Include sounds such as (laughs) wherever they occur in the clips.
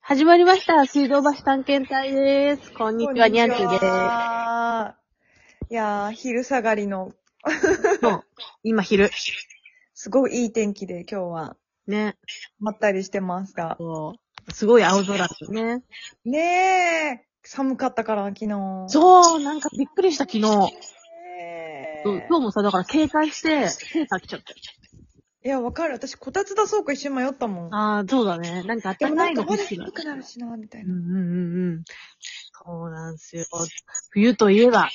始まりました。水道橋探検隊です。こんにちは、にゃんちゅうでです。いやー、昼下がりの、す。そう。今昼。すごいいい天気で今日は、ね。まったりしてますが。そう。すごい青空ですね。ねえ、寒かったから昨日。そう、なんかびっくりした昨日。ねえそう今日もさ、だから警戒して、手ーきちゃった。いや、わかる。私、こたつ出そうか一瞬迷ったもん。ああ、そうだね。なんかあっでたもかななんいかのま欲だしいな低。くなるしな、みたいうんな。うんうんうん。そうなんですよ。冬といえば、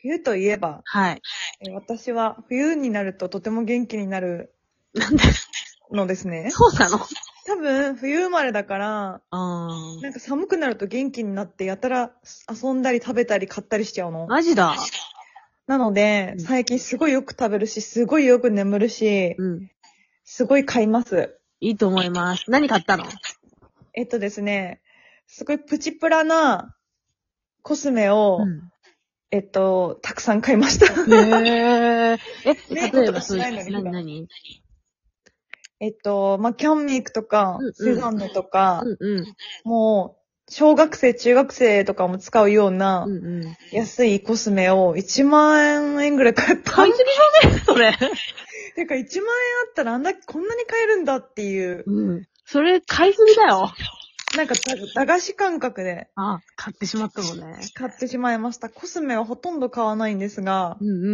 冬といえば、はい。え私は冬になるととても元気になるなんで、のですね。そうなの多分、冬生まれだから、あーなんか寒くなると元気になって、やたら遊んだり食べたり買ったりしちゃうの。マジだ。なのでう、ん最近すごいよく食べるし、すごいよく眠るし、うん。すごい買います。いいと思います。何買ったのえっとですね、すごいプチプラなコスメを、 (laughs) うんえっと、たくさん買いました。へえ。え、ね例えばそうことしないのにいう、なになに (laughs) えっと、まあ、キャンメイクとかうんうん、セザンヌとか、うんうん。もう、小学生、中学生とかも使うようなう、んうん。安いコスメを1万円ぐらい買った。買いすぎじゃねそれ。てか1万円あったらあんな、こんなに買えるんだっていう、うん。それ買いすぎだよ。なんかだ駄菓子感覚であ、買ってしまったのね。買ってしまいました。コスメはほとんど買わないんですが、うんうんうんう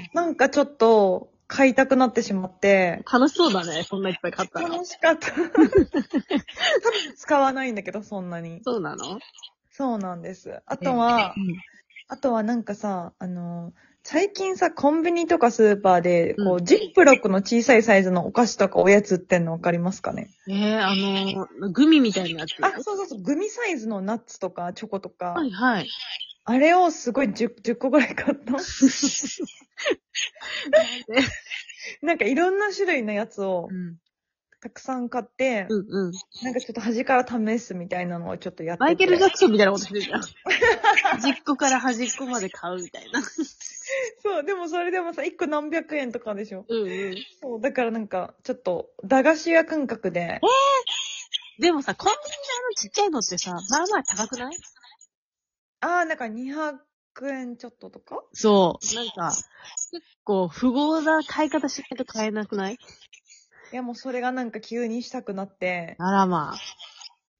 ん。なんかちょっと買いたくなってしまって、楽しそうだね。そんないっぱい買ったら。楽しかった。多分使わないんだけど、そんなに。そうなのそうなんです。あとは、あとはなんかさ、あの、最近さ、コンビニとかスーパーで、こうう、ジップロックの小さいサイズのお菓子とかおやつ売ってんのわかりますかねええ、あの、グミみたいなやつ。あ、そうそうそう、グミサイズのナッツとかチョコとか、はいはい。あれをすごい 10, 10個ぐらい買った。なんかいろんな種類のやつを (laughs) うんたくさん買って、うんうん。なんかちょっと端から試すみたいなのをちょっとやってて。マイケル・ジャクソンみたいなことしてる (laughs) じゃん。端っこから端っこまで買うみたいな。 (laughs) そう、でもそれでもさ、1個何百円とかでしょ。うんうん。そう、だからなんか、ちょっと、駄菓子屋感覚で。でもさ、コンビニのあのちっちゃいのってさ、まあまあ高くないあー、なんか200円ちょっととかそう。なんか、結構、不合な買い方しないと買えなくないいや、もうそれがなんか急にしたくなって。あらま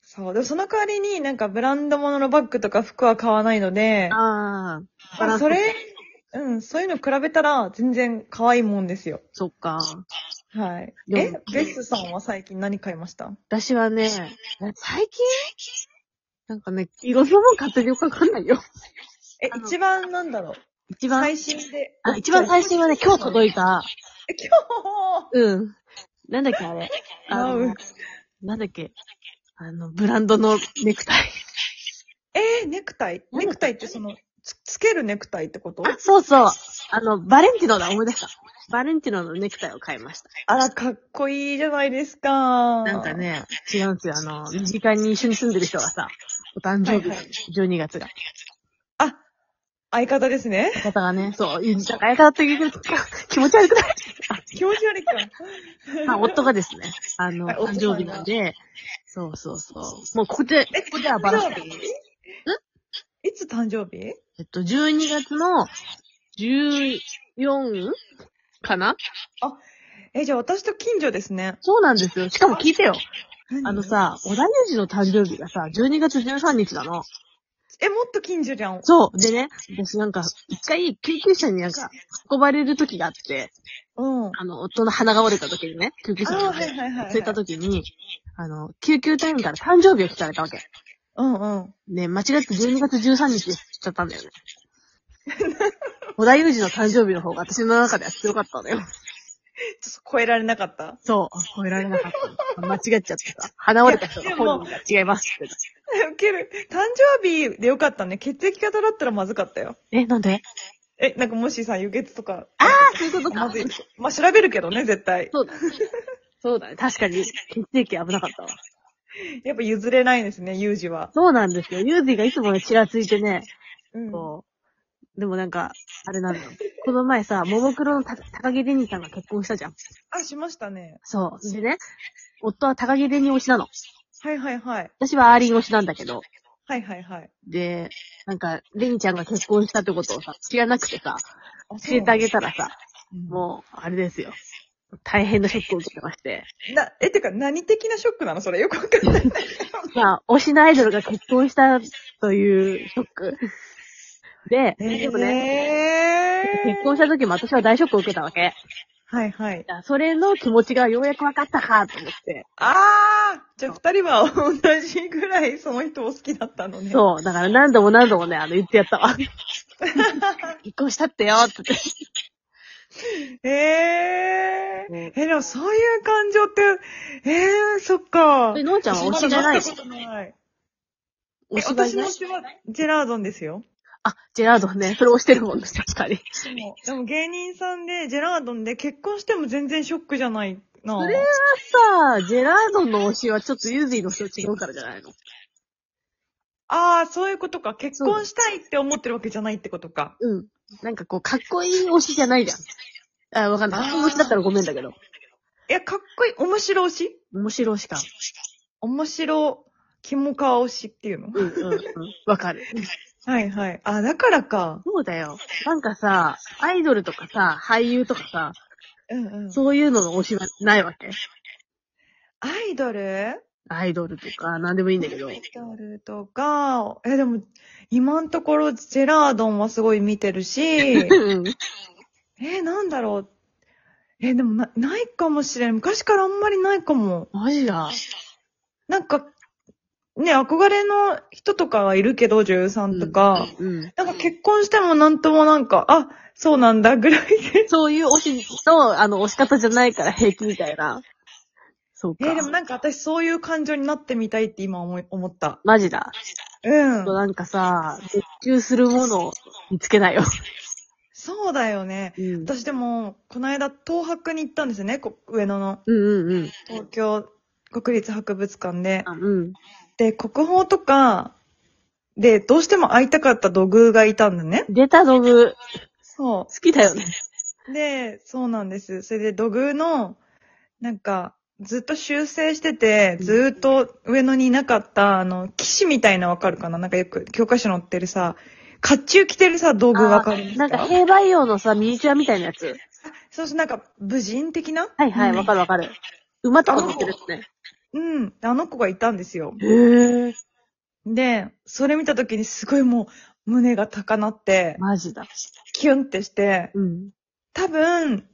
そう、でもその代わりになんかブランド物のバッグとか服は買わないのであ。、ああ。バラまンあスそれ、うん、そういうの比べたら全然可愛いもんですよ。そっか。はい。でえも、ベッスさんは最近何買いました私はね、最近なんかね、いろんなもん買ってるよくわかんないよ。えあ、の一番なんだろう。一番、最新で。 (laughs) あ一番最新はね、今日い届いた、今日うん。なんだっけあれ。ああの、なんだっけ。あの、ブランドのネクタイ。えー、ネクタイネクタイってその、つ、つけるネクタイってことあ、そうそう。あの、バレンティノだ、思い出した。バレンティノのネクタイを買いました。あら、かっこいいじゃないですか。なんか。ね、違うんですよ。あの、身近に一緒に住んでる人がさ、お誕生日、はいはい12月が。あ、相方で (laughs) すね。方がね、そう、 (laughs) 身近やからって言うけど、 (laughs) 気持ち悪くない気持ち悪いか。 (laughs) まあ、夫がですね、あの、はい誕生日なんで、そうそうそう。もうここで、ここではバラしていい。いつ誕生日えっと、12月の 14? かなえ、じゃあ私と近所ですね。そうなんですよ。しかも聞いてよ。あの何、さ、小田裕二の誕生日がさ、12月13日なの。え、もっと近所じゃん。そう。でね、私なんか、一回救急車になんか、運ばれる時があって、うん。ああの、夫の鼻が折れた時にね、救急車にー、乗っはていはいはい、はい。着いた時に、あの、救急隊員から誕生日を聞かれたわけ。うんうん。ね、間違って12月13日で知っちゃったんだ (laughs) よね。小田裕二の誕生日の方が私の中では強かったんだよ。ちょっと超えられなかった。そう。超えられなかった。間違っちゃってさ。鼻折れた人の本人が違いますって。ウケる。誕生日でよかったね。血液型だったらまずかったよ。え、なんでえ、なんかもしさ、輸血とか。ああ、そういうことまかず。い。まあ、調べるけどね、絶対。そうだね。そうだね。確かに、血液危なかったわ。やっぱ譲れないですね、ユージは。そうなんですよ。ユーディがいつもね、ちらついてね、うん。こう。でもなんか、あれなんだよ。この前さ、ももクロのた高木デニーさんが結婚したじゃん。あ、しましたね。そう。でね、夫は高木デニー推しなの。はいはいはい。私はアーリン推しなんだけど。はいはいはい。で、なんか、レニちゃんが結婚したってことをさ、知らなくてさ、あ教えてあげた。たらさ、もう、あれですよ。大変なショックを受けてまして。うん。な、え、てか何的なショックなのそれよくわかんない。まあ、推しのアイドルが結婚したというショック。で、でもね、ね結婚した時も私は大ショックを受けたわけ。はいはい。いやそれの気持ちがようやく分かったかと思って。あーじゃあ二人は同じぐらいその人を好きだったのね。う。そう、だから何度も何度もね、あの、言ってや (laughs) ったわ。結婚したってよって言って。えー、え、でもそういう感情って、えー、そっか。えのんちゃんは推しじゃないの私まだなったことない推えしがい私のない推しはジェラードンですよ。あ、ジェラードンね、そ (laughs) れ推してるもんね、確かに。でも、 (laughs) でも芸人さんで、ジェラードンで結婚しても全然ショックじゃないな。それさあ、ジェラードンの推しはちょっとユーズイの推しと違うからじゃないのああ、そういうことか。結婚したいって思ってるわけじゃないってことか。うん。なんかこう、かっこいい推しじゃないじゃん。あ、わかんない。かっこいい推しだったらごめんだけど。いや、かっこいい。面白推し面白推しか。面白、キモカ推しっていうの。うんうんうん。わかる。はいはい。あ、だからか。そうだよ。なんかさ、アイドルとかさ、俳優とかさ、うんうん。そういうのの推しはないわけ。アイドルアイドルとか、なんでもいいんだけどア。イドルとか、え、でも、今のところ、ジェラードンはすごい見てる (laughs) し、うん。え、なんだろう。え、でもな、ないかもしれん。昔からあんまりないかも。マジだ。なんか、ね、憧れの人とかはいるけど、女優さんとか。うん。なんか結婚してもなんともなんか、あ、そうなんだぐらい (laughs) で。そういう推しの、あの、推し方じゃないから平気みたいな。そうえか。でもなんか私そういう感情になってみたいって今思い思った。マジだ。うん。なんかさ、熱中するものを見つけないよ。そうだよね。うん私でも、この間東博に行ったんですよね、こ上野の。うんうん。東京国立博物館で。あうん。で、国宝とか、で、どうしても会いたかった土偶がいたんだね。出た道具、そう。好きだよね。で、そうなんです。それで土偶の、なんか、ずっと修正してて、ずっと上野にいなかった、あの、騎士みたいなわかるかななんかよく教科書載ってるさ、甲冑着てるさ、土偶わかるんですなんかか兵培養のさ、ミニチュアみたいなやつ。そうそう、なんか、武人的なはいはい、わかるわかる。馬とか乗ってるやつね。うん。あの子がいたんですよ。へえ。で、それ見た時にすごいもう、胸が高鳴って、マジだ。キュンってして、うん。多分、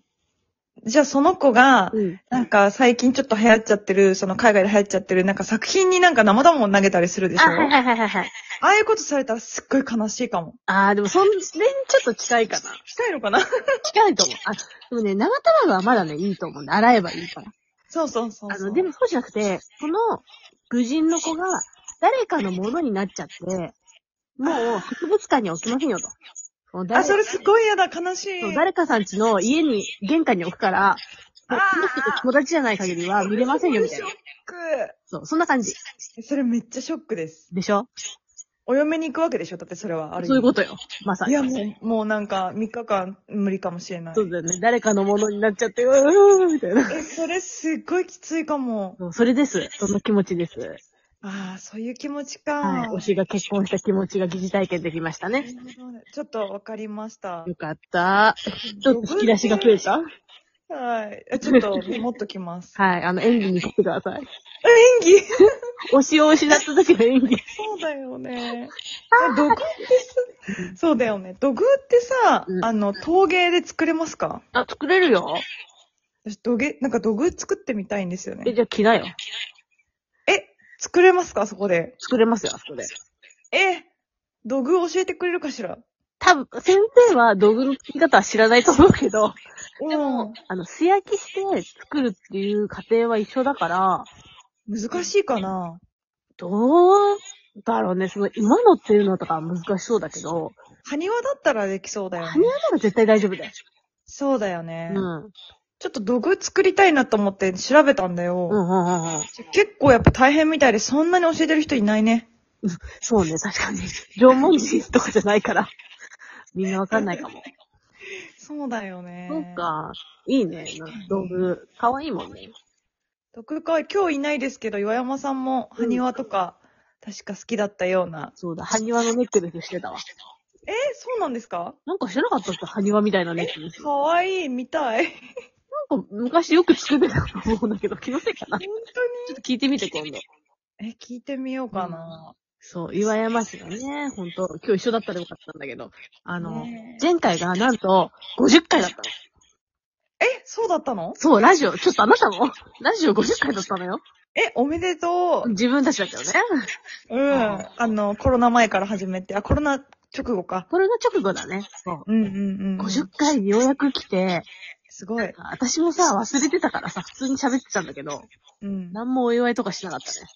じゃあその子が、うん。なんか最近ちょっと流行っちゃってる、その海外で流行っちゃってる、なんか作品になんか生卵投げたりするでしょあ、あ,、はいはいはいはいはい。あいうことされたらすっごい悲しいかも。あー、でもそん、それにちょっと近いかな。したいのかな近いと思う。あ、でもね、生卵はまだね、いいと思うんで、洗えばいいから。そうそうそうあそう。の、でも、そうじゃなくて、この、愚人の子が、誰かのものになっちゃって、もう、博物館に置きませんよと。もう誰あ、それすごい嫌だ、悲しい。そう誰かさんちの家に、玄関に置くから、あもうーその人と友達じゃない限りは見れませんよ、みたいなショ。ッそう、そんな感じ。ク。それめっちゃショックです。でしょお嫁に行くわけでしょだってそれはある意味そういうことよ。まさいに。や、もう、もうなんか3日間無理かもしれないそ。うだよね。誰かのものになっちゃって、うーん、みたいな。え、それすっごいきついかも。そうそれです。その気持ちです。ああ、そういう気持ちか。はい。推しが結婚した気持ちが疑似体験できましたね。なるほどねちょっとわかりました。よかった。ちょっと引き出しが増えたはい。えちょ (laughs) っとメモっときます。はい。あの、演技にしてください。演技推しを失った時の演技。そうだよ (laughs) ね。土偶ってさ、そうだよね。土偶ってさ、うんあの、陶芸で作れますかあ、作れるよ。私、土芸、なんか土偶作ってみたいんですよえ、ね。じゃあ着なよ。え、作れますかそこで。作れますよ、あそこで。え、土偶教えてくれるかしら多分、先生は道具の作り方は知らないと思うけど、でうもん、あの、素焼きして作るっていう過程は一緒だから、難しいかなどうだろうね、その、今のっていうのとかは難しそうだけど、埴輪だったらできそうだよ埴ね輪。なら絶対大丈夫だよ。そうだよね。うん。ちょっと土偶作りたいなと思って調べたんだよ。うん、うん、うんうん。結構やっぱ大変みたいで、そんなに教えてる人いないね。そうね、確かに。縄文人とかじゃないから、 (laughs) みんなわかんないかも。そうだよね。そうか。いいね、道具。かわいいもんね。毒会、今日いないですけど、岩山さんも、うん埴輪とか、確か好きだったような。そうだ、埴輪のネックレスしてたわ。え、そうなんですかなんかしてなかったっけ埴輪みたいなネックレス。かわいい、見た (laughs) い。なんか昔よく作ってたと思うんだけど、気のせいかな。本ち当ょっと聞いてみて今度。に。え、聞いてみようかな。そう、岩山市がね、ほんと、今日一緒だったらよかったんだけど、あの、ねえ前回がなんと50回だったの。え、そうだったのそう、ラジオ、ちょっとあなたも、ラジオ50回だったのよ。え、おめでと自分たちだけどね。う。うん。あの、コロナ前から始めて、あ、コロナ直後か。これの直後だね。そうんうんうん。う。50回にようやく来て、すごい。私もさ、忘れてたからさ、普通に喋ってたんだけど、うん。何もお祝いとかしなかったね。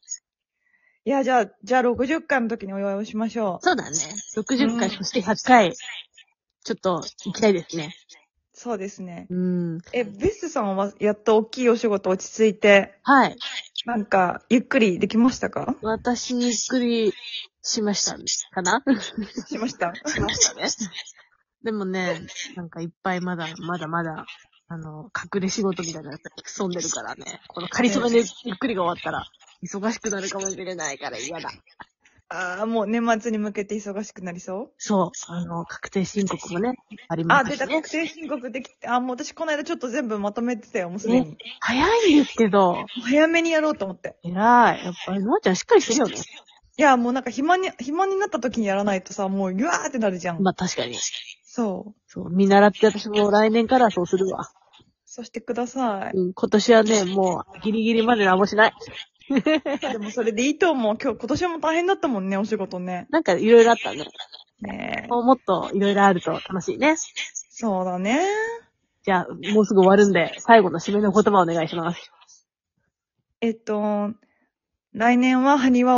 いや、じゃあ、じゃあ60回の時にお祝いをしましょう。そうだね。60回、うんそして100回、ちょっと行きたいですね。そうですね。うん。え、ベスさんはやっと大きいお仕事落ち着いて、はい。なんか、ゆっくりできました (laughs) か私、ゆっくりしました、かなしました。しましたね。 (laughs) でもね、なんかいっぱいまだ、まだまだ、あの、隠れ仕事みたいなやつが潜んでるからね。このカリスマでゆっくりが終わったら、忙しくなるかもしれないから嫌だ。ああ、もう年末に向けて忙しくなりそう。そう。あの、確定申告もね、ありまあ、す出、したね確。定申告できて、あ、もう私この間ちょっと全部まとめてたよ、もうすでに。も早いんですけど、う早めにやろうと思って。偉い。やっぱり、のあちゃんしっかりしてるよね。いや、もうなんか暇に、暇になった時にやらないとさ、もう、ぐわーってなるじゃん。まあ確かに。そう。そう、見習って私も来年からそうするわ。そしてください。うん、今年はね、もうギリギリまで何もしない。でもそれでいいと思う。今日、今年も大変だったもんね、お仕事ね。なんかいろいろあったね。ねえ。もうもっといろいろあると楽しいね。そうだね。じゃあ、もうすぐ終わるんで、最後の締めの言葉お願いします。えっと、来年は埴輪